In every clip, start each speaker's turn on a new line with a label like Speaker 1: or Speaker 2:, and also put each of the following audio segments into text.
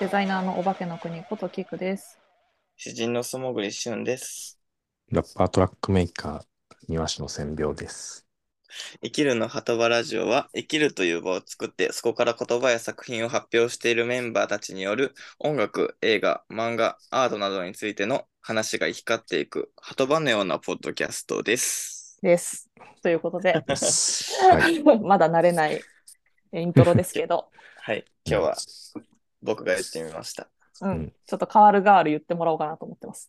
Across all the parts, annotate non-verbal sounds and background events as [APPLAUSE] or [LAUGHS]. Speaker 1: デザイナーのお化けの国ことキクです。
Speaker 2: 詩人の素潜りしゅんです。
Speaker 3: ラッパートラックメーカー、庭師の千病です。
Speaker 2: 生きるの鳩場ラジオは、生きるという場を作って、そこから言葉や作品を発表しているメンバーたちによる音楽、映画、漫画、アートなどについての話が光っていく、鳩場のようなポッドキャストです。
Speaker 1: です。ということで、
Speaker 3: はい、
Speaker 1: [LAUGHS] まだ慣れないイントロですけど、
Speaker 2: はい、今日は僕がやってみまし
Speaker 1: う
Speaker 2: た。
Speaker 1: ん
Speaker 3: [LAUGHS] うん
Speaker 1: ちょっと変わる変わる言ってもらおうかなと思ってます。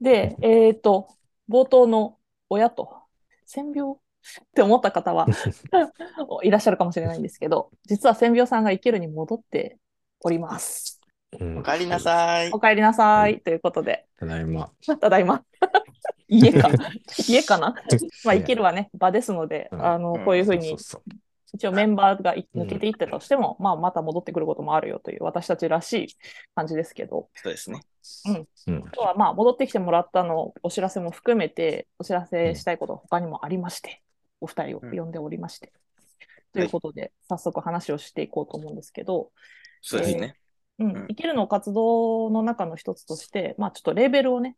Speaker 1: で、えっ、と、冒頭の親と、千病 [LAUGHS] って思った方
Speaker 3: [LAUGHS]
Speaker 1: はいらっしゃるかもしれないんですけど、実は千病さんが生きるに戻っております。
Speaker 3: うん
Speaker 2: おかえりなさい
Speaker 1: お。帰りなさ
Speaker 3: う
Speaker 1: いということで、
Speaker 3: ただいま。
Speaker 1: ただいま。 [LAUGHS] 家
Speaker 3: [LAUGHS]
Speaker 1: か。家かな。まあ、
Speaker 3: いや
Speaker 1: 生きるはね、場ですので、
Speaker 3: うん
Speaker 1: あの、こういうふうに
Speaker 3: そそ
Speaker 1: 一応メンバーがい
Speaker 3: うん
Speaker 1: 抜けていったとしても、まあまた戻ってくることもあるよという私たちらしい感じですけど、
Speaker 2: そうですね。
Speaker 3: ううん
Speaker 1: あとはまあ戻ってきてもらったのお知らせも含めて、お知らせしたいことが他にもありまして、お二人を呼んでおりまして。ということで、早速話をしていこうと思うんですけど、
Speaker 2: そうですね。
Speaker 1: うん
Speaker 2: うん
Speaker 1: 生きるの活動の中の一つとして、まあちょっとレーベルをね、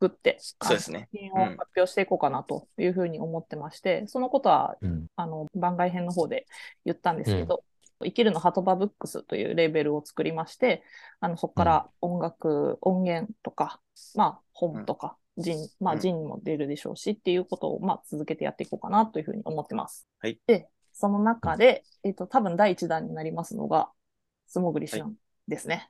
Speaker 1: 作って、
Speaker 2: そうですね。
Speaker 1: 作品を発表していこうかなというふうに思ってまして、そのことは
Speaker 3: うん
Speaker 1: あの番外編の方で言ったんですけど、生きるのハトバブックスというレーベルを作りまして、あのそこから音楽、音源とか、まあ本とか、ジン、ま
Speaker 2: う
Speaker 1: あ
Speaker 2: ん
Speaker 1: ジンも出るでしょうしっていうことをまあ続けてやっていこうかなというふうに思ってます。
Speaker 2: はい
Speaker 1: で、その中で、えっ、と、多分第一弾になりますのが、素潜りシュンですね。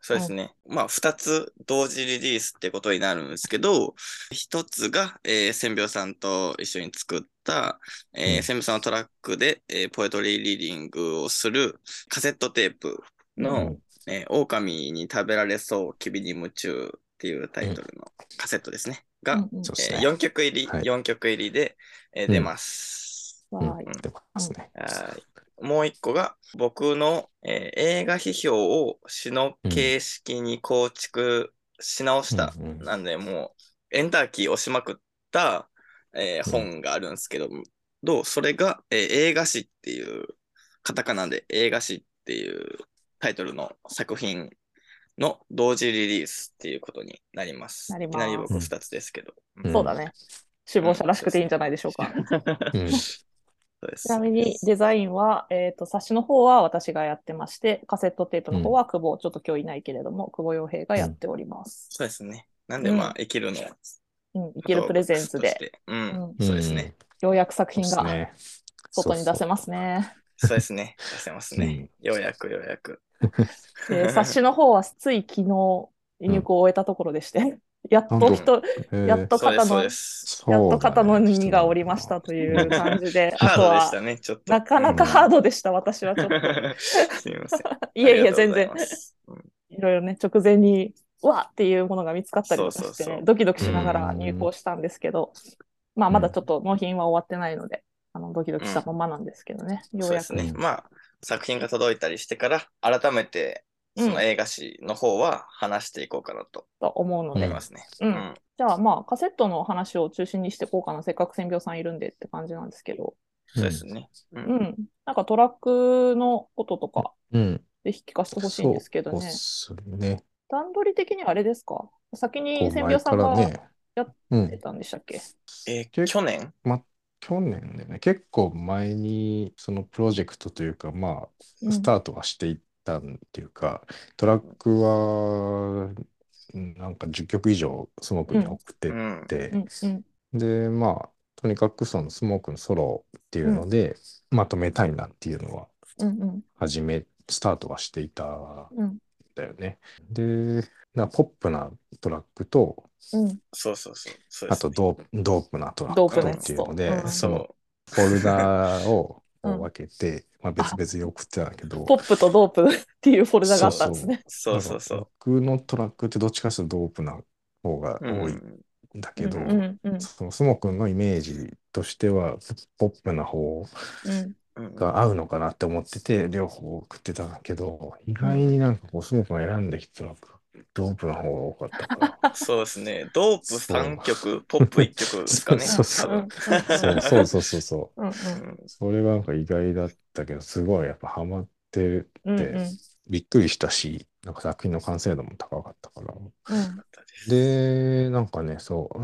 Speaker 2: そうですね。まあ、二つ同時リリースってことになるんですけど、一つが、えー、千病さんと一緒に作った、え
Speaker 3: う
Speaker 2: ー、
Speaker 3: ん
Speaker 2: 千病さんのトラックで、えーポエトリーリーディングをするカセットテープの、
Speaker 3: うん
Speaker 2: えー狼に食べられそう、君に夢中っていうタイトルのカセットですね。が、
Speaker 1: うんうん
Speaker 3: そうです
Speaker 2: え
Speaker 3: ね。
Speaker 2: 4曲入り、
Speaker 3: はい
Speaker 2: 4曲入りで、えー
Speaker 3: うん
Speaker 2: 出ます。
Speaker 1: わーい
Speaker 2: うん
Speaker 3: 出ますね。
Speaker 2: はいもう一個が僕の、えー映画批評を詩の形式に構築し直した、
Speaker 3: うんうん
Speaker 2: なんでもうエンターキー押しまくった、えー
Speaker 3: うん
Speaker 2: 本があるんですけどもどうそれが、えー映画誌っていうカタカナで映画誌っていうタイトルの作品の同時リリースっていうことになります。
Speaker 1: なります
Speaker 2: いきなり僕2つですけど。
Speaker 3: うん
Speaker 1: そうだね。死亡者らしくていいんじゃないでしょうか。
Speaker 3: うん
Speaker 2: [LAUGHS] そうです
Speaker 1: ちなみにデザインは、えっ、と、冊子の方は私がやってまして、カセットテープの方は久保、ちょっと今日いないけれども、久保洋平がやっております。
Speaker 2: そうですね。なんでまあ、
Speaker 1: うん
Speaker 2: 生きるの
Speaker 1: うん、生きるプレゼンツで、う
Speaker 2: う、
Speaker 1: んん、
Speaker 2: そうですね。
Speaker 1: ようやく作品
Speaker 3: そうで
Speaker 1: が
Speaker 3: すね
Speaker 1: 外に出せ
Speaker 3: ま
Speaker 1: ますね。
Speaker 2: そうですね。出せますね。ようやくようやく。
Speaker 1: で冊子の方はつい昨日入稿を終えたところでして、やっと人、
Speaker 3: す
Speaker 1: やっと
Speaker 2: そうで
Speaker 1: 肩
Speaker 2: す、そ
Speaker 1: の、
Speaker 2: うで
Speaker 1: やっと
Speaker 2: す。
Speaker 1: 肩の荷が下りましたという感じで、あ
Speaker 2: ハー
Speaker 1: と
Speaker 2: ドでし
Speaker 1: は
Speaker 2: た、ね、ちょっと。
Speaker 1: なかなかハードでした、私はちょっ
Speaker 2: [LAUGHS]
Speaker 1: と。
Speaker 2: すみません。
Speaker 1: いえい
Speaker 2: あり
Speaker 1: え、
Speaker 2: がとう
Speaker 1: 全
Speaker 2: ござい
Speaker 1: 然
Speaker 2: ま。す。うん
Speaker 1: いろいろね、直前に、うわっっていうものが見つかったりとかして、
Speaker 2: そうそうそう
Speaker 1: ドキドキしながら入稿したんですけど、まあ、まだちょっと納品は終わってないので、あのドキドキしたままなんですけどね、よ
Speaker 2: そう
Speaker 1: う
Speaker 2: で
Speaker 1: や
Speaker 2: す
Speaker 1: く。
Speaker 2: ね。まあ、作品が届いたりしてから、改めて、その映画誌の方は話していこうかなと
Speaker 1: と思うの
Speaker 2: 思
Speaker 1: で、
Speaker 2: いますね。
Speaker 1: うん
Speaker 2: うん
Speaker 1: じゃあまあカセットの話を中心にしていこうかなせっかく千病さんいるんでって感じなんですけど、
Speaker 2: そうですね。う
Speaker 1: うんん、なんかトラックのこととか
Speaker 3: うん。
Speaker 1: ぜひ聞かせてほしいんですけど
Speaker 3: そう
Speaker 1: ね
Speaker 3: っすね。
Speaker 1: 段取り的にはあれですか先
Speaker 3: こ
Speaker 1: に
Speaker 3: う
Speaker 1: 千
Speaker 3: 前
Speaker 1: 病さ
Speaker 3: か
Speaker 1: ん
Speaker 3: ら
Speaker 1: が
Speaker 3: ね。
Speaker 1: やっ
Speaker 3: うん
Speaker 1: 出。たんでしたっけ、
Speaker 2: えー、去年
Speaker 3: 去年でね、結構前にそのプロジェクトというか、ま
Speaker 1: う
Speaker 3: あ、
Speaker 1: ん
Speaker 3: スタートはしていったんっていうか、トラックは、うんなんか10曲以上、スモークに送って
Speaker 2: う
Speaker 3: っ
Speaker 2: ん。
Speaker 3: て、
Speaker 1: うんうん
Speaker 3: で、まあ、とにかくそのスモークのソロっていうので、まとめたいなっていうのは、
Speaker 1: うんうん
Speaker 3: 始め、スタートはしていたん
Speaker 1: うん
Speaker 3: だよね。で、なポップなトラックと、
Speaker 1: うん
Speaker 2: そうそうそう。そうで
Speaker 3: あ
Speaker 2: す
Speaker 3: と
Speaker 2: ね
Speaker 3: ドードープなトラ
Speaker 1: ド
Speaker 3: ッ
Speaker 1: ープの
Speaker 3: クと
Speaker 1: や
Speaker 3: って
Speaker 1: つ
Speaker 3: いう
Speaker 1: と
Speaker 3: の
Speaker 1: うん
Speaker 3: で、その
Speaker 2: そ
Speaker 3: フォルダーを
Speaker 1: うん
Speaker 3: 分けて、まあ、別々に送ってたんだけど、
Speaker 1: ポップとドープ [LAUGHS] っていうフォルダがあったんですね。
Speaker 2: う。そうそうそう。
Speaker 3: 僕のトラックってどっちかというとドープな方が多いん
Speaker 2: うん
Speaker 3: だけど、
Speaker 2: うん
Speaker 1: うんうん
Speaker 3: そのスモ君のイメージとしては、ポップな方
Speaker 1: うん
Speaker 2: うん
Speaker 3: が合うのかなって思ってて、両方送ってたんだけど、意外になんかこう、スモ君が選んできたトラック、ドープな方が多かったから。
Speaker 2: [LAUGHS] そうですね。ドープ3曲、ポップ1曲ですかね。
Speaker 3: [LAUGHS] そうそう
Speaker 2: 多分
Speaker 3: そうそうそうそうそう。
Speaker 1: うんうん
Speaker 2: うん
Speaker 3: それがなんか意外だったけど、すごいやっぱハマってる
Speaker 1: うんうん
Speaker 3: でびっくりしたし、なんか作品の完成度も高かったから。
Speaker 1: うん。
Speaker 3: で、なんかね、そう、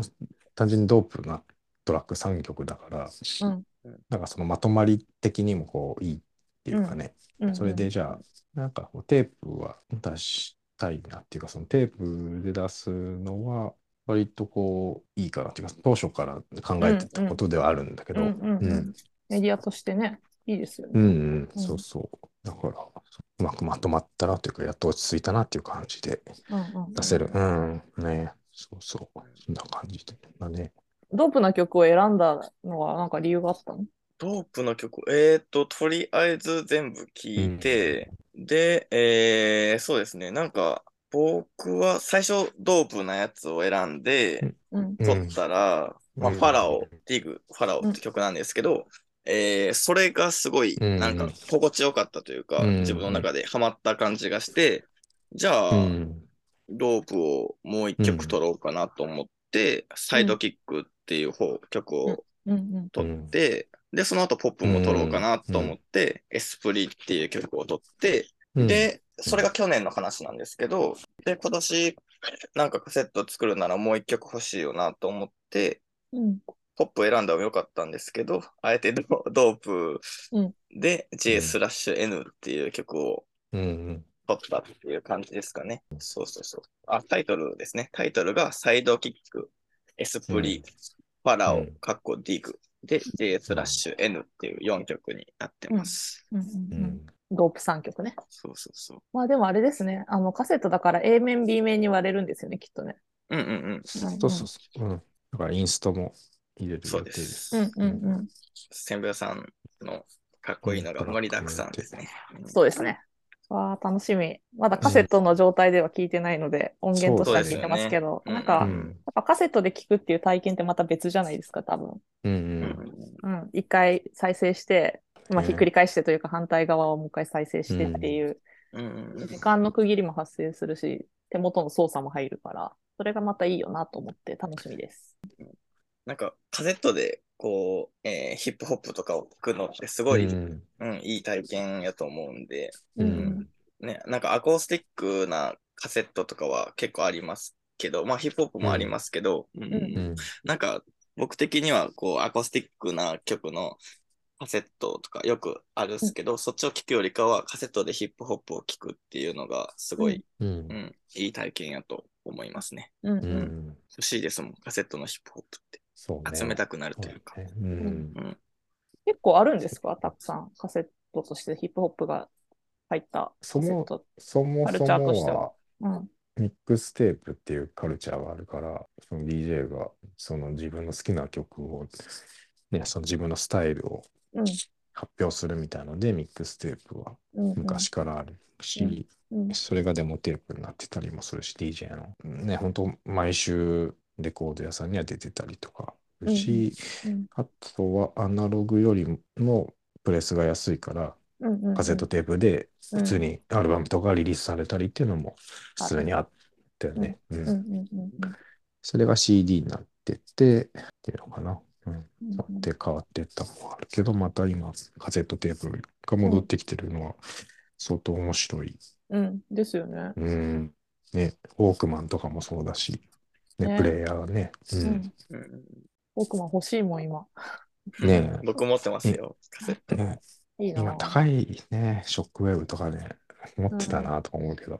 Speaker 3: 単純にドープなトラック3曲だから、
Speaker 1: うん
Speaker 3: なんかそのまとまり的にもこういいっていうかね、
Speaker 1: うん。
Speaker 3: それでじゃあ、なんかこうテープは出したいなっていうか、そのテープで出すのは、割とこういいかなっていうか、当初から考えてたことではあるんだけ
Speaker 1: う
Speaker 3: ど、
Speaker 1: ん、
Speaker 3: う
Speaker 1: うんん、う
Speaker 3: うんん。
Speaker 1: メディアとしてね、いいですよ
Speaker 3: う
Speaker 1: ね。
Speaker 3: ん、
Speaker 1: うん
Speaker 3: そうそう。だから、うまくまとまったなというか、やっと落ち着いたなっていう感じで
Speaker 1: うん、うん。
Speaker 3: 出せる。うん、ね、そうそう、そんな感じだね。
Speaker 1: ドープな曲を選んだのはなんか理由があったの
Speaker 2: ドープの曲、えーと、とりあえず全部聞いて、で、えー、そうですね、なんか、僕は最初、ドープなやつを選んで、
Speaker 1: うん。
Speaker 3: うん
Speaker 2: 撮ったら、
Speaker 3: うん
Speaker 2: まあ、
Speaker 3: うん
Speaker 2: ファラオ、ディグ、ファラオって曲なんですけど、えーそれがすごい、
Speaker 3: うん
Speaker 2: なんか、心地よかったというか、
Speaker 3: うん
Speaker 2: 自分の中でハマった感じがして、じゃあ、
Speaker 3: うん、
Speaker 2: ロープをもう一曲撮ろうかなと思って、サイドキックっていう方、曲を
Speaker 1: うん、うん。
Speaker 2: 撮って、で、その後ポップも撮ろうかなと思って、エスプリっていう曲を撮って、
Speaker 3: うん、
Speaker 2: で、それが去年の話なんですけど、で、今年、なんかカセット作るならもう一曲欲しいよなと思って、
Speaker 1: うん。
Speaker 2: ポップ選んだのも良かったんですけど、あえてドドープ
Speaker 1: うん
Speaker 2: で J スラッシュ N っていう曲を
Speaker 3: うん、うん、
Speaker 2: 撮ったっていう感じですかね。そうそうそう。あ、タイトルですね。タイトルがサイドキック、エスプリ、
Speaker 3: うん
Speaker 2: ファラ
Speaker 3: う
Speaker 2: オ
Speaker 3: ん、
Speaker 2: カッコディグで J スラッシュ N っていう4曲になってます。
Speaker 1: うん
Speaker 3: う
Speaker 1: うんうん
Speaker 3: ん、
Speaker 1: ドープ3曲ね。
Speaker 2: そうそうそう。
Speaker 1: まあでもあれですね。あのカセットだから A 面、B 面に割れるんですよね、きっとね。
Speaker 2: うんうんうん。
Speaker 3: そうそうそう、うん。だからインストも入れる予
Speaker 2: そう
Speaker 3: 定
Speaker 2: で。
Speaker 3: です
Speaker 1: うんうんうん。
Speaker 2: 千秒さんのかっこいいのが盛りだくさんですね。
Speaker 1: そうですね。わあ、楽しみ。まだカセットの状態では聞いてないので、音源としては聞いてますけど、
Speaker 2: そうですよね
Speaker 1: なんか、
Speaker 3: う
Speaker 1: やっ
Speaker 3: ん、
Speaker 1: ぱカセットで聞くっていう体験ってまた別じゃないですか、多分。
Speaker 3: う
Speaker 2: う
Speaker 3: ん、うんん。
Speaker 1: うん。一回再生して、まあ、
Speaker 3: うん
Speaker 1: ひっくり返してというか、反対側をもう一回再生してっていう、
Speaker 2: うんうん
Speaker 1: 時間の区切りも発生するし、手元の操作も入るから、それがまたいいよなと思って楽しみです。
Speaker 2: なんかカセットでこう、えーヒップホップとかを聞くのってすごい、う
Speaker 3: うんん
Speaker 2: いい体験やと思うんで、
Speaker 3: うん
Speaker 2: ね、なんかアコースティックなカセットとかは結構ありますけど、まあヒップホップもありますけど、うん
Speaker 1: うん
Speaker 3: うん
Speaker 2: なんか僕的にはこうアコースティックな曲のカセットとかよくあるんですけど、そっちを聴くよりかはカセットでヒップホップを聴くっていうのがすごい、
Speaker 3: うん
Speaker 2: う、ん、いい体験やと思いますね。
Speaker 1: うんう
Speaker 3: うんん、
Speaker 2: 欲しいですもん、カセットのヒップホップっ
Speaker 3: そう
Speaker 2: て。
Speaker 3: ね。
Speaker 2: 集めたくなるというか。
Speaker 3: そうねうん。
Speaker 1: 結構あるんですかたくさんカセットとしてヒップホップが入った
Speaker 3: そ
Speaker 1: カセッ
Speaker 3: も
Speaker 1: ト。
Speaker 3: そも
Speaker 1: カル
Speaker 3: そ
Speaker 1: チャーとし
Speaker 3: も
Speaker 1: ては
Speaker 3: は
Speaker 1: うん
Speaker 3: ミックステープっていうカルチャーがあるから、その DJ がその自分の好きな曲を、ね、その自分のスタイルを
Speaker 1: うん
Speaker 3: 発表するみたいので、ミックステープは
Speaker 1: うんうん
Speaker 3: 昔からあるし、
Speaker 1: うん
Speaker 3: それがデモテープになってたりもするし、DJ の。ね、本当毎週レコード屋さんには出てたりとかするし、
Speaker 1: うん
Speaker 3: あとはアナログよりもプレスが安いから、
Speaker 1: うんうん
Speaker 3: カセットテープで普通にアルバムとかリリースされたりっていうのも普通にあったよね。う
Speaker 1: うんうん
Speaker 3: ん。
Speaker 1: うんうん
Speaker 3: それが CD になってって、っていうのかな。うん。
Speaker 1: うんうん
Speaker 3: で、変わってったのもあるけど、また今、カセットテープが戻ってきてるのは相当面白い。
Speaker 1: うんですよね。
Speaker 3: うん。ね、ウォークマンとかもそうだし、
Speaker 1: ね
Speaker 3: ね、プレイヤーね。う。
Speaker 1: うんん。僕も欲しいもん、今。
Speaker 3: ね
Speaker 2: うん僕持ってますよ、カセット。
Speaker 3: ね
Speaker 1: いいな。
Speaker 3: 今、高いね、ショックウェーブとかね、持ってたなとか思うけ
Speaker 1: [LAUGHS]
Speaker 3: ど。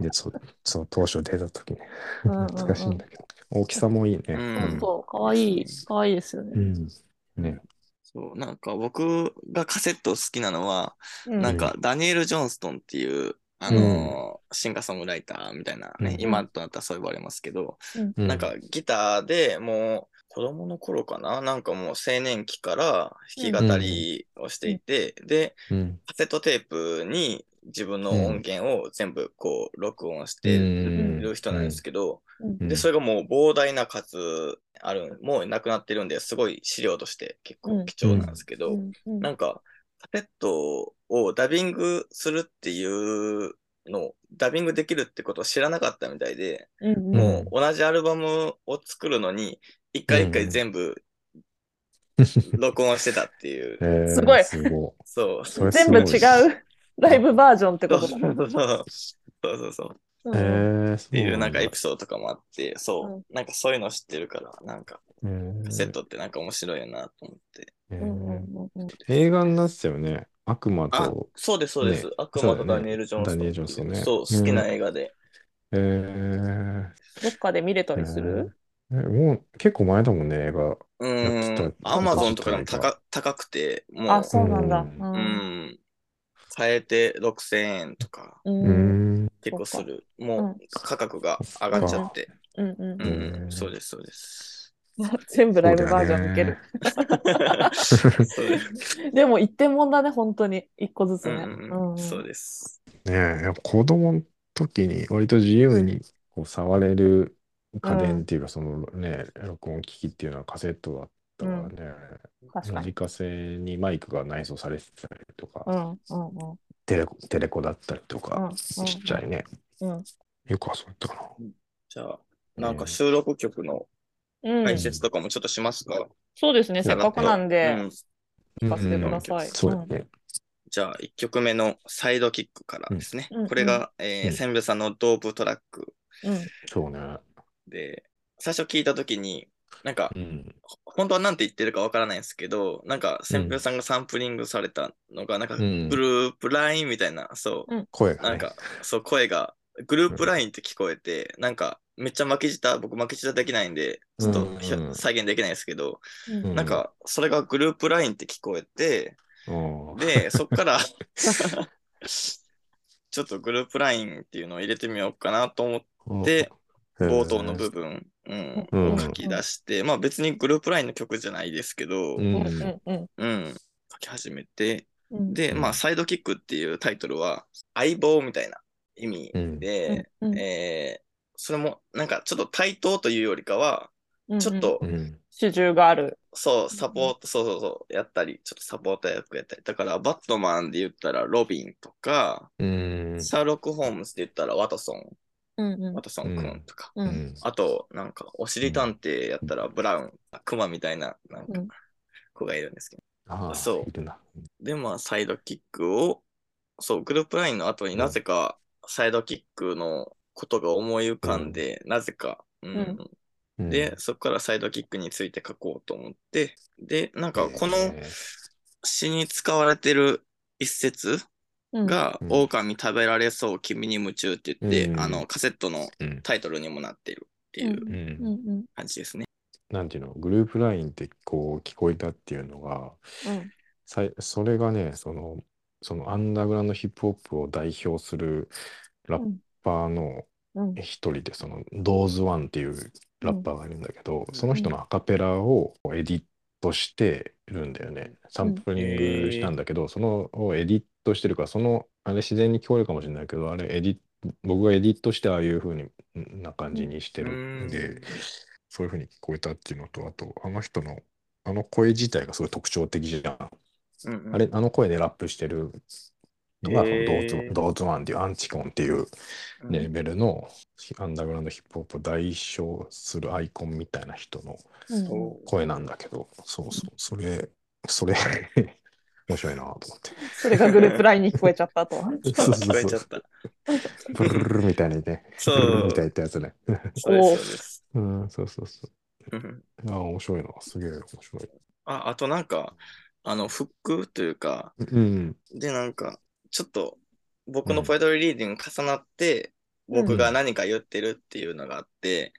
Speaker 3: で、そう、そう、当初出た時ね、
Speaker 1: うんうんうん
Speaker 3: 難しいんだけど、大きさもいいね。
Speaker 1: そ
Speaker 2: う
Speaker 1: うんそう、かわいい。かわいいですよ
Speaker 3: う
Speaker 1: ね。
Speaker 3: ん。ね。
Speaker 2: そうなんか僕がカセット好きなのは、
Speaker 1: うん
Speaker 2: なんかダニエル・ジョンストンっていう、あのーシンガーソングライターみたいな、ね
Speaker 3: うん
Speaker 2: 今となったらそう呼ばれますけど、
Speaker 1: うん
Speaker 3: うん
Speaker 2: なんかギターでもう子供の頃かな、なんかもう青年期から弾き語りをしていて、で、
Speaker 3: うん。
Speaker 2: カセットテープに自分の音源を全部こう録音してる人なんですけど、
Speaker 3: うん
Speaker 2: で、それがもう膨大な数ある、もうなくなってるんで、すごい資料として結構貴重なんですけど、
Speaker 1: うんうん
Speaker 2: なんか、カセットをダビングするっていうのを、ダビングできるってことを知らなかったみたいで、
Speaker 1: うんうん
Speaker 2: もう同じアルバムを作るのに、一回一回全部録音してたっていう、
Speaker 3: え
Speaker 2: [LAUGHS]
Speaker 3: ー
Speaker 1: すごい
Speaker 3: すご
Speaker 2: そう、
Speaker 3: それ
Speaker 1: 全部違
Speaker 3: すごいです
Speaker 1: う。ライブバージョンって
Speaker 2: そ
Speaker 1: こ
Speaker 2: う
Speaker 1: と
Speaker 2: そう
Speaker 1: だ
Speaker 2: そ
Speaker 1: ね。
Speaker 2: うそうそうそうそう。っ
Speaker 1: うん
Speaker 3: へえ、そ
Speaker 2: ていうなんかエ
Speaker 3: だ
Speaker 2: ピソードとかもあって、そう、なんかそういうの知ってるから、なんか
Speaker 3: へ
Speaker 2: カセットってなんか面白いよなと思って。
Speaker 3: え
Speaker 1: うんうんうんうん
Speaker 3: 映画になってたよね。悪魔
Speaker 2: あ
Speaker 3: と、、
Speaker 2: そうですそうです
Speaker 3: ね。
Speaker 2: 悪魔とダニエル・ジョンソンっていう。
Speaker 3: そうだよねダニエルジョンソンね
Speaker 2: そう、好きな映画で。
Speaker 3: えー、
Speaker 1: どっかで見れたりする
Speaker 3: えーえもう結構前だもんね、映画。
Speaker 2: うん
Speaker 3: やって。た
Speaker 2: アマゾンとかでも高高くて、もう、
Speaker 1: あ、そうなんだ。
Speaker 3: う
Speaker 2: う
Speaker 1: うん
Speaker 2: ん。変えて6000円とか
Speaker 1: うん
Speaker 3: うーん。
Speaker 2: 結構する。
Speaker 1: う
Speaker 2: も
Speaker 1: ん
Speaker 2: う価格が上がっちゃって。
Speaker 1: うんうん
Speaker 2: う、
Speaker 3: うんん
Speaker 2: そうです、そう
Speaker 3: [LAUGHS]
Speaker 2: です。
Speaker 1: 全部ライブバージョンいける。
Speaker 2: そうです。
Speaker 1: でも一点もんだね、本当に。一個ずつ
Speaker 2: う
Speaker 1: ね。
Speaker 2: ん、そう
Speaker 1: で
Speaker 2: です。
Speaker 3: ねえ、やっぱ子供の時に割と自由にこう触れる家電っていうか、そのね、録音機器っていうのはカセットだったからね、
Speaker 1: 確か
Speaker 3: ラ
Speaker 1: に。
Speaker 3: ジカセにマイクが内蔵されてたりとか、
Speaker 1: うんうんうん
Speaker 3: テレコ、テレコだったりとか、
Speaker 1: うんうん
Speaker 3: ちっちゃいね。
Speaker 1: うん
Speaker 3: よく遊んだな。
Speaker 2: じゃあ、なんか収録曲の
Speaker 1: うん。
Speaker 2: 解説とかもちょっとしますか、
Speaker 1: そうですね、せっかくなんで
Speaker 2: う、ん
Speaker 3: う
Speaker 1: 聞
Speaker 3: ん
Speaker 1: かせてください。
Speaker 3: そうだよね。
Speaker 2: じゃあ、1曲目のサイドキックからですね。
Speaker 1: うん
Speaker 2: これが、え
Speaker 3: う
Speaker 2: ー、
Speaker 3: ん
Speaker 2: 千部さんのドープトラック
Speaker 1: うん。
Speaker 3: そうね。
Speaker 2: で、最初聞いたときに、なんか
Speaker 3: う、ん。
Speaker 2: 本当はなんて言ってるかわからないんですけど、なんか、千部さんがサンプリングされたのが、なんか、
Speaker 3: う
Speaker 2: グ
Speaker 3: ん
Speaker 2: ループラインみたいな、そう、
Speaker 3: 声が
Speaker 2: なん
Speaker 3: ね。
Speaker 2: か、そう、声が、グループラインって聞こえて、なんか、めっちゃ巻き舌、僕巻き舌できないんで、ちょっ
Speaker 3: うんう
Speaker 2: と
Speaker 3: ん
Speaker 2: ひゃ再現できないですけど、
Speaker 1: うん
Speaker 3: うん
Speaker 2: なんか、それがグループラインって聞こえて、
Speaker 3: うん [LAUGHS]
Speaker 2: で、そっから、ちょっとグループラインっていうのを入れてみようかなと思って、で
Speaker 3: うん
Speaker 2: 冒頭の部分、うん、
Speaker 3: うん
Speaker 2: を書き出して、まあ別にグループラインの曲じゃないですけど、
Speaker 3: うん
Speaker 1: うんうん
Speaker 2: うん、書き始めて、
Speaker 1: うん。
Speaker 2: で、
Speaker 3: うん
Speaker 2: まあ、サイドキックっていうタイトルは、相棒みたいな意味で、
Speaker 1: うんうん
Speaker 2: えーそれも、なんか、ちょっと対等というよりかは、
Speaker 1: うんうん
Speaker 2: ちょっと、
Speaker 3: うん
Speaker 1: 主従がある。
Speaker 2: そう、サポート、そうそうそう、やったり、ちょっとサポーター役やったり、だから、バットマンで言ったら、ロビンとか、
Speaker 3: うん
Speaker 2: シャーロック・ホームズで言ったら、ワトソン、
Speaker 1: うんうん
Speaker 2: ワトソン君とか、
Speaker 1: う
Speaker 3: うんん
Speaker 2: あと、なんか、おしり探偵やったら、ブラウン、クマみたいな、なんか
Speaker 1: うん、
Speaker 2: 子がいるんですけど、
Speaker 3: ああ
Speaker 2: そう
Speaker 3: いるな
Speaker 2: で、まあ、サイドキックを、そう、グループラインの後になぜか、サイドキックのことが思い浮かんで、なぜか、うん
Speaker 3: うん
Speaker 2: で、そこからサイドキックについて書こうと思って、で、なんか、この
Speaker 3: え
Speaker 2: 詩に使われてる一節
Speaker 1: うん
Speaker 2: が、
Speaker 3: うん
Speaker 2: 狼食べられそう、君に夢中って言って、
Speaker 3: うん
Speaker 2: あの、カセットの
Speaker 3: ーうん
Speaker 2: タイトルにもなっているっていう
Speaker 3: う
Speaker 1: うん
Speaker 3: ん
Speaker 1: うん
Speaker 2: 感じですね。
Speaker 3: なんていうのグループラインってこう聞こえたっていうのが
Speaker 1: うん
Speaker 3: さいそれがねそのそのアンダーグラウンドヒップホップを代表するラッパーの
Speaker 1: うん
Speaker 3: 一人でそのドーズワンっていうラッパーがいるんだけど、その人のアカペラをエディットしてるんだよねサンプリングしたんだけど、そのをエディットしてるからそのあれ自然に聞こえるかもしれないけどあれエディ僕がエディットしてああいう風にんな感じにしてるんで、
Speaker 2: うん
Speaker 3: そういう風に聞こえたっていうのとあとあの人のあの声自体がすごい特徴的じゃん。
Speaker 2: うんうん
Speaker 3: あれあの声でラップしてるのが、
Speaker 2: へー
Speaker 3: そのドーズドーズワンっていうアンチコンっていう
Speaker 2: うん
Speaker 3: レベルのアンダーグラウンドヒップホップを代表するアイコンみたいな人の
Speaker 1: うん
Speaker 3: 声なんだけど、そうそう、それ、それ、面白いなと思
Speaker 2: [LAUGHS]
Speaker 3: っ
Speaker 1: それがグループラインに聞こえちゃったと。
Speaker 3: て。そ
Speaker 2: 聞
Speaker 3: うそ
Speaker 2: こ
Speaker 3: う
Speaker 2: えち
Speaker 3: そ
Speaker 2: ゃ
Speaker 3: う
Speaker 2: っ。た。
Speaker 3: [LAUGHS] ブルルルルみたいなね。
Speaker 2: そう
Speaker 3: ブルルルみたいなやつね。
Speaker 2: そうです、
Speaker 3: うん、そうそうそ
Speaker 2: そうです。
Speaker 3: う。ああ、面白いな。すげえ面白い。
Speaker 2: あ、あとなんか、あの、フックというか、
Speaker 3: うん。
Speaker 2: で、なんか、ちょっと、僕のポエトリーリーディング重なって、
Speaker 1: うん
Speaker 2: 僕が何か言ってるっていうのがあって、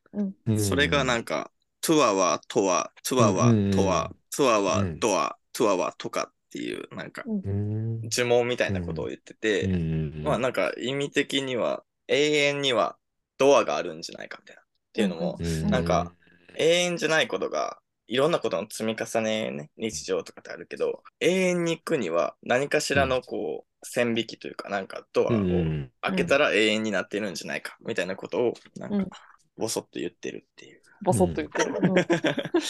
Speaker 3: うん
Speaker 2: それがなんか、トゥアはトワ、トゥアはトワ、トゥアはドア、トゥアはトカっていう、なんか、
Speaker 3: うん、
Speaker 2: 呪文みたいなことを言ってて、まあなんか意味的には、永遠にはドアがあるんじゃないかみたいな。っていうのも、
Speaker 3: うん
Speaker 2: なんか、永遠じゃないことが、いろんなことの積み重ねね、日常とかってあるけど、永遠に行くには何かしらのこう、線引きというか、なんかドア
Speaker 3: う
Speaker 2: を
Speaker 3: ん、
Speaker 2: 開けたら永遠になってるんじゃないか、みたいなことを、なん
Speaker 1: うん
Speaker 2: か、ぼそっと言ってるっていう。
Speaker 1: ボソッと言ってる。うん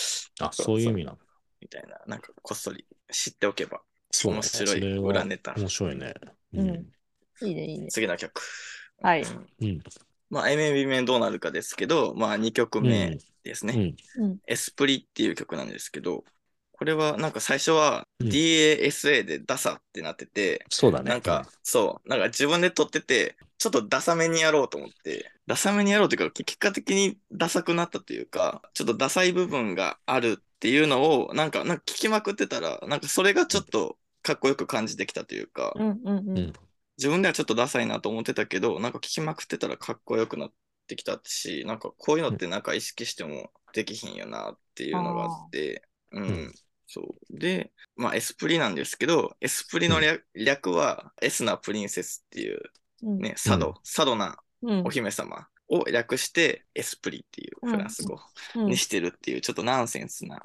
Speaker 3: あ、そういう意味なんだ。
Speaker 2: みたいな、なんかこっそり知っておけば
Speaker 3: そうね
Speaker 2: 面白
Speaker 3: それ
Speaker 2: い
Speaker 3: は
Speaker 2: 裏ネタ。
Speaker 3: 面白いね。
Speaker 1: うんいいね、いいね。
Speaker 2: 次の曲。
Speaker 1: はい
Speaker 2: うん
Speaker 3: うん。
Speaker 2: まあ、A 面、B 面どうなるかですけど、まあ、2曲
Speaker 3: うん
Speaker 2: 目ですね。
Speaker 3: うん
Speaker 2: エスプリっていう曲なんですけど、これはなんか最初は
Speaker 3: うん
Speaker 2: DASA でダサってなってて、
Speaker 3: そうだね。
Speaker 2: なんか、そう、なんか自分で撮ってて、ちょっとダサめにやろうと思って、ダサめにやろうというか、結果的にダサくなったというか、ちょっとダサい部分があるっていうのを、なんか、なんか聞きまくってたら、なんかそれがちょっとかっこよく感じてきたというか、
Speaker 1: うんうんうん。
Speaker 3: うん
Speaker 2: 自分ではちょっとダサいなと思ってたけど、なんか聞きまくってたらかっこよくなってきたし、なんかこういうのってなんか意識してもできひんよなっていうのがあって、うん、
Speaker 3: うん
Speaker 2: そう。で、まあエスプリなんですけど、エスプリの略,、略はエスなプリンセスっていう
Speaker 1: うん
Speaker 2: ね、佐渡、佐渡な
Speaker 1: うん
Speaker 2: お姫様を略してエスプリっていうフランス語
Speaker 1: うん
Speaker 2: にしてるっていうちょっとナンセンスな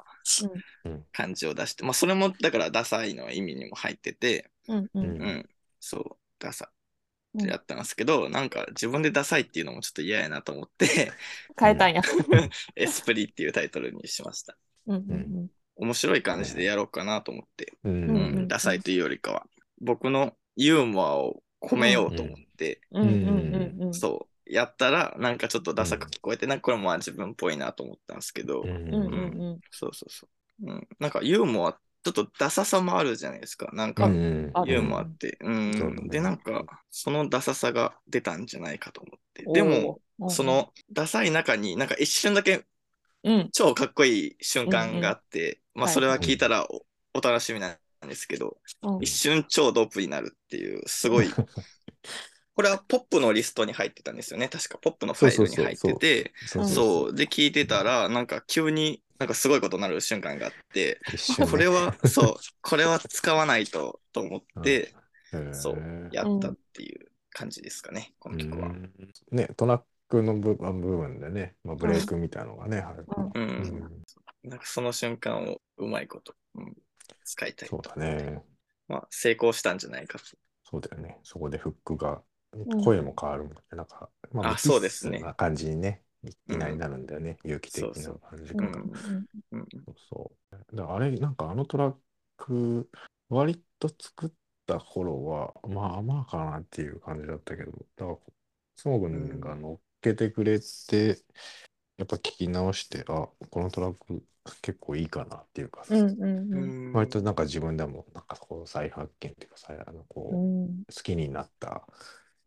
Speaker 3: うんうん
Speaker 2: 感じを出して、まあそれもだからダサいの意味にも入ってて、
Speaker 1: うんうん
Speaker 3: うん
Speaker 2: うん、そう、ダサってやったんですけど、なんか自分でダサいっていうのもちょっと嫌やなと思って、 [LAUGHS]
Speaker 1: 変えたんや。
Speaker 2: エスプリっていうタイトルにしました。
Speaker 1: うんうん
Speaker 2: 面白い感じでやろうかなと思って、
Speaker 3: う
Speaker 2: うん
Speaker 1: うんんうん
Speaker 2: ダサいというよりかは、僕のユーモアを込めようと思って、
Speaker 1: うんうんうんうん。
Speaker 2: そう、やったらなんかちょっとダサく聞こえて、なんかこれもまあ自分っぽいなと思ったんですけど、
Speaker 3: ん
Speaker 1: うんうんうん。
Speaker 2: そうそうそう。うん、なんかユーモア、ちょっとダサさもあるじゃないですか。なんか、
Speaker 3: うん
Speaker 1: ある
Speaker 2: ユーモアって。うん。
Speaker 3: そうだね
Speaker 2: で、なんか、そのダサさが出たんじゃないかと思って。でも、
Speaker 1: おー、
Speaker 2: そのダサい中に、なんか一瞬だけ
Speaker 1: うん、
Speaker 2: 超かっこいい瞬間があって、まあ、
Speaker 1: はい
Speaker 2: それは聞いたらおお楽しみなんですけど、
Speaker 1: うん、
Speaker 2: 一瞬超ドープになるっていう、す [LAUGHS] ごい。これはポップのリストに入ってたんですよね。確かポップのファイルに入ってて、
Speaker 3: そ
Speaker 2: そう。で、聞いてたら、なんか急になんかすごいことになる瞬間があって、
Speaker 3: 一瞬ね
Speaker 2: これは、そう、これは使わないとと思って、そうやったっていう感じですかね、この曲は。
Speaker 3: ね、トラックの部部分でね、まあ、ブレイクみたいなのがね、ある
Speaker 2: うん。
Speaker 3: うん
Speaker 2: なんかその瞬間をうまいこと、うん、使いたい
Speaker 3: そ。うだね。
Speaker 2: まあ、成功したんじゃないかと。
Speaker 3: そうだよね。そこでフックが
Speaker 1: ん、
Speaker 3: 声も変わるもんね。なんか、ま
Speaker 2: あそうですね
Speaker 3: な感じにね、いきなりなるんだよね。有機的な感じ
Speaker 1: う
Speaker 3: が。
Speaker 1: んうん
Speaker 2: うん、
Speaker 3: そうそう。だからあれ、なんかあのトラック、割と作った頃は、まあまあかなっていう感じだったけど、だから、そもくんが乗っけてくれて、やっぱ聞き直して、あ、このトラック結構いいかなっていうか、
Speaker 1: うんうんうん
Speaker 2: うん
Speaker 3: 割となんか自分でも、なんかこう再発見っていうか、再あのこ
Speaker 1: う
Speaker 3: う、
Speaker 1: ん
Speaker 3: 好きになった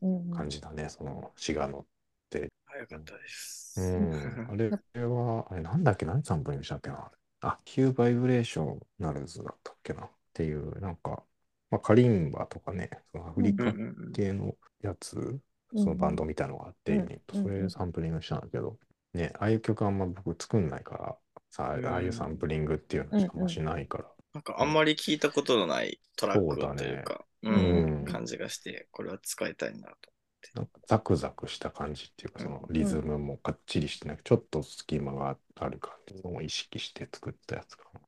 Speaker 1: うん
Speaker 3: 感じだね、その詩がの。
Speaker 2: 早かったです。
Speaker 3: うん、あれは、あれなんだっけ、何サンプルにしたっけな。あ、ヒューバイブレーションナルズだったっけな。っていう、なんか、まあ、カリンバとかね、そのアフリ
Speaker 2: うんう
Speaker 3: カ
Speaker 2: んうん
Speaker 3: 系のやつ、そのバンドみたいのがあって、
Speaker 1: うん
Speaker 3: ユニットそれサンプリングしたんだけど、ね、ああいう曲あんま僕作んないから、さ
Speaker 2: うん
Speaker 3: あ、ああいうサンプリングっていうのしかもしないから、
Speaker 2: なんかあんまり聞いたことのないトラッ
Speaker 3: そうだ
Speaker 2: ク
Speaker 3: ね
Speaker 2: というか、
Speaker 3: うん
Speaker 2: うん感じがして、これは使いたいなと。
Speaker 3: なんかザクザクした感じっていうか、そのリズムもかっちりしてなく、ちょっと隙間がある感じのを意識して作ったやつかな。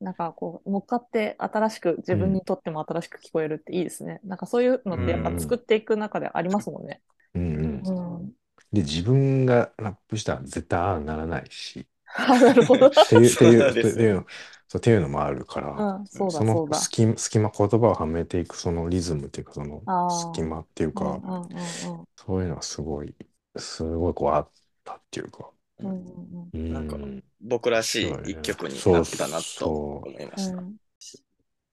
Speaker 1: なんかこう乗っかって新しく自分にとっても新しく聞こえるっていいですね、なんかそういうのってやっぱ作っていく中でありますもんね、
Speaker 3: うんうん
Speaker 1: うん、
Speaker 3: で、自分がラップしたら絶対ああならないし、
Speaker 1: あなるほど、
Speaker 3: っていう、ってい
Speaker 2: そう
Speaker 3: う、
Speaker 2: で
Speaker 3: って
Speaker 2: すね
Speaker 3: いうの、そう、っていうのもあるから、
Speaker 1: うん、そうだ
Speaker 3: そ
Speaker 1: そう
Speaker 3: の
Speaker 1: だ
Speaker 3: 隙間、隙間、言葉をはめていくそのリズムっていうか、その
Speaker 1: あー
Speaker 3: 隙間っていうか、
Speaker 1: うんうん
Speaker 3: そういうのがすごい、すごいこうあったっていうか、
Speaker 1: うんうんうん
Speaker 3: うん
Speaker 2: なんか僕らしい一曲になったなと思いま
Speaker 1: う
Speaker 2: した。
Speaker 1: ん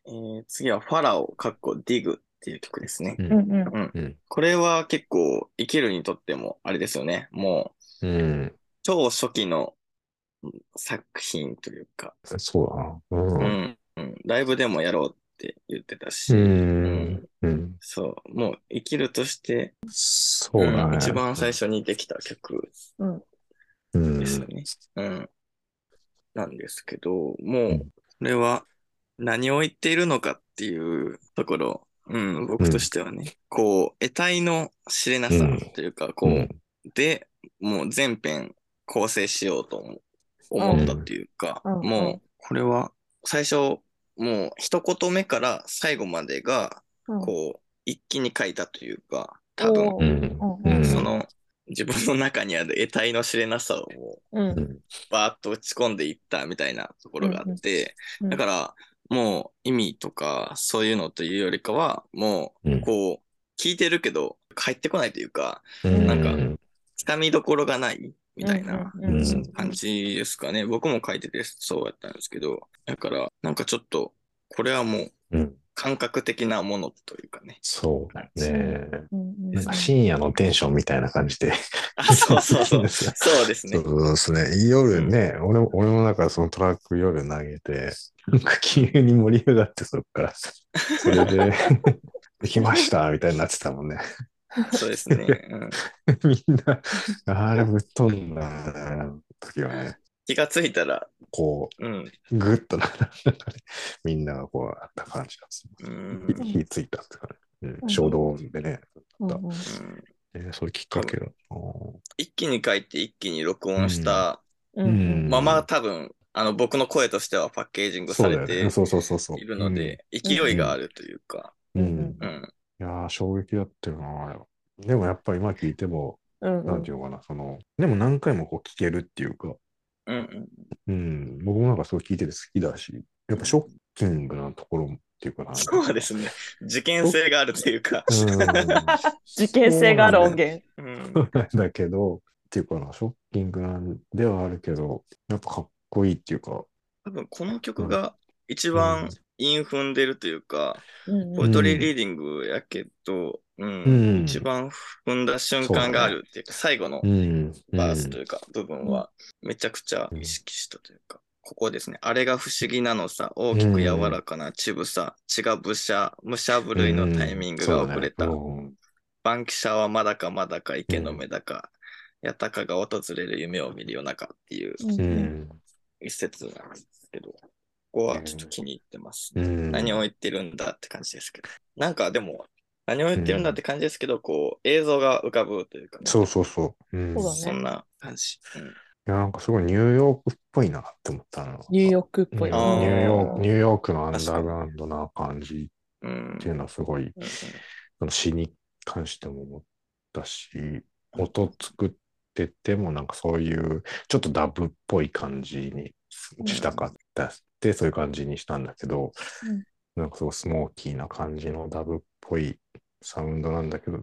Speaker 2: えー次はファラオ、かっこディグっていう曲ですね。
Speaker 1: うんうん
Speaker 2: うん。
Speaker 3: うん、
Speaker 2: これは結構生きるにとってもあれですよね。もう
Speaker 3: うん、
Speaker 2: 超初期のうん作品というか、
Speaker 3: そうだ
Speaker 2: う
Speaker 3: な、
Speaker 2: ん、うんライブでもやろうって言ってたし、
Speaker 3: うん、うん、うん、
Speaker 2: そう、もう生きるとして、
Speaker 3: そうだ
Speaker 2: うん
Speaker 3: ね。
Speaker 2: 一番最初にできた曲
Speaker 1: うん
Speaker 3: うん
Speaker 2: ですよね。うん。なんですけど、もう、これは何を言っているのかっていうところ、うん、僕としてはね、こう、得体の知れなさというか、こう、
Speaker 3: うん
Speaker 2: で、もう全編構成しようと思思ったっていうか、
Speaker 1: うんう
Speaker 2: も
Speaker 1: ん
Speaker 2: うこれは最初、もう一言目から最後までが、こう、一気に書いたというか、多分、
Speaker 1: お
Speaker 3: う
Speaker 1: ー
Speaker 3: ん、
Speaker 1: うんうん
Speaker 2: その、自分の中にある得体の知れなさをも
Speaker 1: うん
Speaker 3: うん、
Speaker 2: うバーッと打ち込んでいったみたいなところがあって、
Speaker 1: うん
Speaker 2: だから、もう意味とかそういうのというよりかは、も
Speaker 3: う、
Speaker 2: うんこう、聞いてるけど、返ってこないというか、
Speaker 3: うん、
Speaker 2: なんかつかみどころがないみたいな
Speaker 1: うんうんうん
Speaker 3: うん
Speaker 2: 感じですかね。僕も書いててそうやったんですけど、だからなんかちょっと、これはもう
Speaker 3: うん、
Speaker 2: 感覚的なものというか
Speaker 3: [LAUGHS]
Speaker 2: ね。
Speaker 3: そうね。
Speaker 1: うんうん
Speaker 3: なんか深夜のテンションみたいな感じで。
Speaker 2: あ、そうそうそう。
Speaker 3: そ
Speaker 2: そうですね。
Speaker 3: うですね。夜ね、俺も、俺もなんかそのトラック夜投げ
Speaker 2: [LAUGHS]
Speaker 3: て、なんか急に盛り上がってそっから、それ
Speaker 2: [LAUGHS]
Speaker 3: で、できましたみたいになってたもんね。 [LAUGHS]
Speaker 2: そうですね。うん
Speaker 3: みんな、あれぶっ飛んだな時はね、
Speaker 2: 気がついたら、
Speaker 3: こ
Speaker 2: うん。
Speaker 3: う、ぐっとな、なんかねみんながこうあった感じなんです
Speaker 2: う
Speaker 3: ね。
Speaker 2: ん。
Speaker 3: 火ついたって感じ、うん
Speaker 1: うん
Speaker 3: 衝動でね、
Speaker 1: うんうん
Speaker 3: えーそういうきっかけだな。
Speaker 2: 一気に書いて一気に録音した
Speaker 1: うんうん
Speaker 2: まま多分、あの、僕の声としてはパッケージング
Speaker 3: そ
Speaker 2: さ
Speaker 3: うだ
Speaker 2: れ
Speaker 3: よ
Speaker 2: て
Speaker 3: ね。そうそうそうそう。
Speaker 2: いるので、勢いがあるというか、
Speaker 3: うん、
Speaker 1: うん
Speaker 3: うん
Speaker 2: うん。
Speaker 3: いやー、衝撃だったよな、あれは。でもやっぱ今聞いても、
Speaker 1: うんうん
Speaker 3: なんていうのかな、その、でも何回もこう聞けるっていうか、
Speaker 2: うんうん。
Speaker 3: うん、僕もなんかすごい聞いてて好きだし、やっぱショッキングなところっていうかな。
Speaker 2: そうですね。事件性があるというか、
Speaker 1: 事件性がある音源。
Speaker 2: うん。
Speaker 3: 源。だけど、っていうかな、ショッキングなんではあるけど、やっぱかっこいいっていうか、
Speaker 2: 多分、この曲が一番韻踏んでるというか、
Speaker 1: うん
Speaker 2: ポ
Speaker 1: う
Speaker 2: エ
Speaker 1: ん
Speaker 2: トリーリーディングやけど、うん。
Speaker 3: うん
Speaker 2: 一番踏んだ瞬間があるっていうか、最後の
Speaker 3: うん。
Speaker 2: バースというか、部分はめちゃくちゃ意識したというか、ここですね。あれが不思議なのさ、大きく柔らかなちぶさ、血がぶしゃ、むしゃぶるいのタイミングが遅れた
Speaker 3: う。ん
Speaker 2: バンキシャはまだかまだか、池の目だか、やたかが訪れる夢を見る夜中っていう
Speaker 1: うん
Speaker 3: そうだねう
Speaker 1: うん
Speaker 3: ん。
Speaker 2: 一節なんですけど、ここはちょっと気に入ってます。
Speaker 3: うん
Speaker 2: 何を言ってるんだって感じですけど。なんかでも、何を言ってるんだって感じですけど、こう、映像が浮かぶというかね、
Speaker 3: そうそうそう。うん。
Speaker 1: そうだね
Speaker 2: そんな感じ。うん
Speaker 3: いや、なんかすごいニューヨークっぽいなって思ったな。
Speaker 1: ニューヨークっぽい。
Speaker 3: うん
Speaker 2: あー
Speaker 3: ニューヨーク、ニューヨークのアンダーグラウンドな感じ
Speaker 2: うん
Speaker 3: っていうのはすごい、その詩に関しても思ったし、音作っててもなんかそういうちょっとダブっぽい感じにしたかったって、そういう感じにしたんだけど、
Speaker 1: うん
Speaker 3: なんかすごいスモーキーな感じのダブっぽいサウンドなんだけど、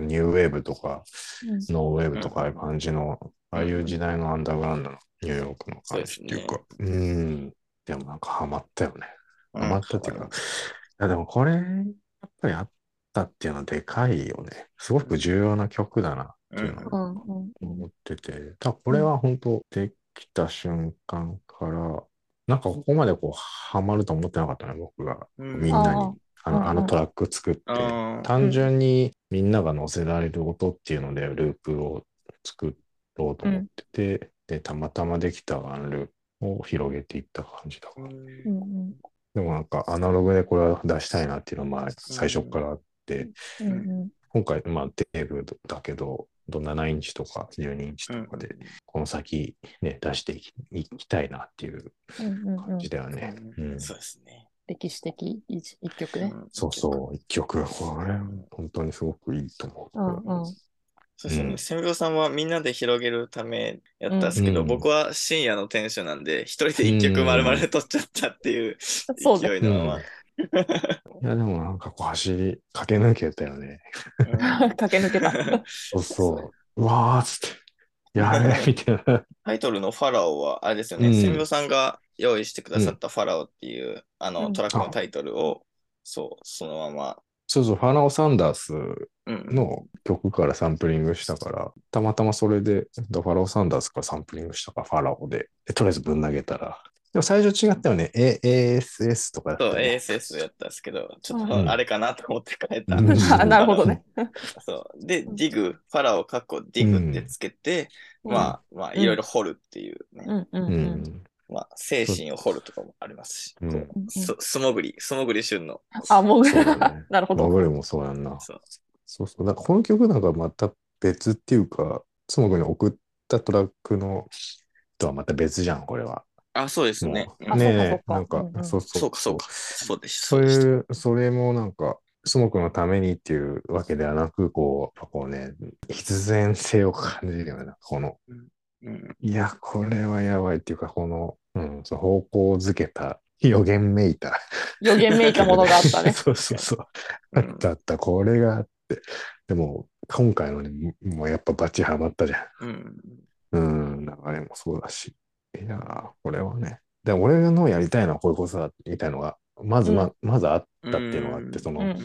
Speaker 3: ニューウェーブとか
Speaker 1: うん
Speaker 3: ノーウェーブとかああいう感じの、ああいう時代のアンダーグラウンドのニューヨークの感じっていうか、うん。でもなんかハマったよね。ハマったっていうか、いやでもこれ、やっぱりあったっていうのはでかいよね。すごく重要な曲だなっていうの
Speaker 1: う
Speaker 3: は
Speaker 1: んうん
Speaker 3: 思ってて、ただこれは本当できた瞬間から、なんかここまでこうハマると思ってなかったね、僕が。
Speaker 2: うん
Speaker 3: みんな
Speaker 1: あ
Speaker 3: に
Speaker 1: ー。う
Speaker 3: あ
Speaker 1: んうん
Speaker 3: のあのトラック作って、
Speaker 2: あー
Speaker 3: 単純にみんなが乗せられる音っていうのでループを作ろうと思ってて、でたまたまできたワンループを広げていった感じだか
Speaker 1: う
Speaker 3: ら、
Speaker 1: んうん
Speaker 3: でもなんかアナログでこれは出したいなっていうのはまあ最初からあって、
Speaker 1: うんうん
Speaker 3: 今回まあデーブだけどど7インチとか12インチとかでこの先ね出していきいきたいなっていう
Speaker 1: うんうんう
Speaker 3: 感
Speaker 1: ん
Speaker 3: じだよね。うん
Speaker 2: そうですね。
Speaker 1: 歴史的一一曲ね。
Speaker 3: そうそう、一曲、これ、本当にすごくいいと思う。
Speaker 1: うんうん
Speaker 2: そうです
Speaker 3: う
Speaker 2: ね。
Speaker 3: ん
Speaker 2: 千秒さんはみんなで広げるためやったんですけど、
Speaker 3: うん
Speaker 2: 僕は深夜のテンションなんで、一人で一曲丸々取っちゃったっていう
Speaker 1: そうだ
Speaker 2: 勢いのま
Speaker 3: [LAUGHS]
Speaker 2: ま。
Speaker 3: いや、でもなんかこう走り、駆け抜けたよね。
Speaker 2: うん
Speaker 1: 駆け抜けた。
Speaker 3: そうそう。うわーっつって、やれみたいな。
Speaker 2: タイトルのファラオは、あれですよね。
Speaker 3: うん
Speaker 2: 千秒さんが用意してくださったファラオっていう、あ
Speaker 1: う
Speaker 2: の、
Speaker 1: ん
Speaker 2: トラックのタイトルを、そう、そのまま。
Speaker 3: そうそう、ファラオ・サンダース
Speaker 2: うん。
Speaker 3: の曲からサンプリングしたから、たまたまそれで、ファラオ・サンダースからサンプリングしたから、ファラオで、でとりあえずぶん投げたら。でも最初違ったよね。A、ASS とかだった
Speaker 2: そう、
Speaker 3: よね
Speaker 2: ASS やったんですけど、ちょっ
Speaker 3: うん
Speaker 2: とあれかなと思って変えた。
Speaker 3: うん
Speaker 1: あ [LAUGHS] なるほどね。
Speaker 2: そう。で、ディグ、ファラオ、カッコ、ディグってつけて、まあ、まあ、
Speaker 1: うん
Speaker 2: いろいろ掘るっていうね。
Speaker 1: うんうんう。
Speaker 3: うんん。
Speaker 2: まあ、精神を掘るとかもありますし、
Speaker 3: うん
Speaker 2: こうす素潜り、素潜り旬の。
Speaker 1: あ、もう
Speaker 3: そうだ [LAUGHS] ね
Speaker 1: なるほ
Speaker 3: モ
Speaker 1: ど。
Speaker 3: グルもそうやんな。
Speaker 2: そう
Speaker 3: そうそう。なんかこの曲なんかまた別っていうか、つもくに送ったトラックのとはまた別じゃん、これは。
Speaker 2: あ、そうですね。
Speaker 3: もう
Speaker 2: うん
Speaker 1: あ
Speaker 3: ね
Speaker 1: そうかそうん
Speaker 3: え、な
Speaker 1: か
Speaker 3: か
Speaker 1: うんう、ん
Speaker 3: そうそう。
Speaker 2: そうか、そうか。そうでした。
Speaker 3: そう
Speaker 2: でした
Speaker 3: いう、それもなんか、スモークのためにっていうわけではなく、こう、やっぱこうね、必然性を感じるよね。この、
Speaker 2: うん
Speaker 3: いや、これはやばいっていうか、この、うん、その方向づけた、予言めいた。
Speaker 1: 予言めいたものがあったね。
Speaker 3: [LAUGHS] そうそうそう。
Speaker 2: う
Speaker 3: あ
Speaker 2: ん
Speaker 3: ったあった、これがあって。でも、今回のね、もうやっぱバチハマったじゃん。
Speaker 2: うん
Speaker 3: うん、流れもそうだし。いやー、これはね。で、俺のやりたいのはこういうことだ、みたいのが、まずま、まずあったっていうのがあっ
Speaker 2: う
Speaker 3: て、
Speaker 2: ん
Speaker 3: その、
Speaker 1: うん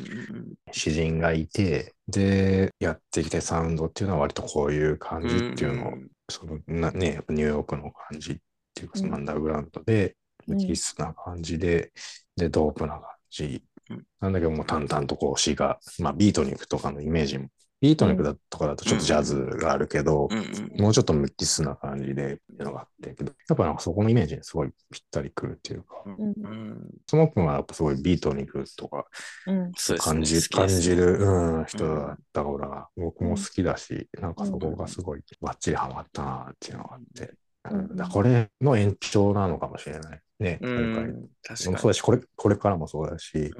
Speaker 3: 詩人がいて、で、やってきたサウンドっていうのは割とこういう感じっていうのを、そのなね、やっぱニューヨークの感じっていうか、その
Speaker 1: うん
Speaker 3: アンダーグラウンド
Speaker 1: う
Speaker 3: で、
Speaker 1: ん
Speaker 3: キスな感じで、で、ドープな感じ
Speaker 2: うん。
Speaker 3: なんだけども、淡々とこう詩が、まあ、ビートニックとかのイメージも、ビートニックだとかだとちょっとジャズがあるけど、
Speaker 2: うんうん
Speaker 3: もうちょっと無機質な感じで、っていうのがあって、けどやっぱなんかそこのイメージにすごいぴったりくるっていうか、
Speaker 1: うん
Speaker 2: うん
Speaker 3: その君はやっぱすごいビートニックとか
Speaker 1: うん
Speaker 2: そうですね
Speaker 3: 感じ、
Speaker 2: 好き
Speaker 3: 感
Speaker 2: です
Speaker 3: じ
Speaker 2: ね
Speaker 3: る、うん、人だったから、僕も好きだし、なんかそこがすごいバッチリハマったなっていうのがあって、
Speaker 1: う
Speaker 3: うんんだからこれの延長なのかもしれないね、
Speaker 2: う
Speaker 3: 今回。
Speaker 2: ん、確かに。
Speaker 3: そうだし、これ、これからもそうだし、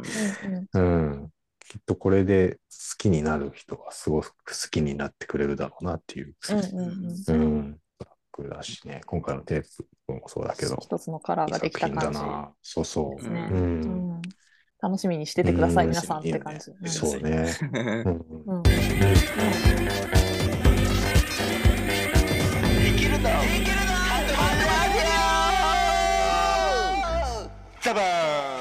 Speaker 1: うん
Speaker 3: うん、きっとこれで好きになる人はすごく好きになってくれるだろうなっていう、
Speaker 1: うんうんうん
Speaker 3: うん、トラックだしね、今回のテープもそうだけど、
Speaker 1: 一つのカラー
Speaker 3: いい
Speaker 1: ができ
Speaker 3: 作
Speaker 1: た
Speaker 3: 品だ
Speaker 1: 感じ
Speaker 3: な。そうそう
Speaker 1: で。す
Speaker 2: う
Speaker 1: ね
Speaker 3: う。。
Speaker 1: うんん楽しみにしててください、
Speaker 3: うん
Speaker 1: 皆さんって感じ。うん
Speaker 3: そうね。
Speaker 2: うん
Speaker 3: うんうん
Speaker 1: うん
Speaker 2: 生きるの生きるのハトバラジオザバーン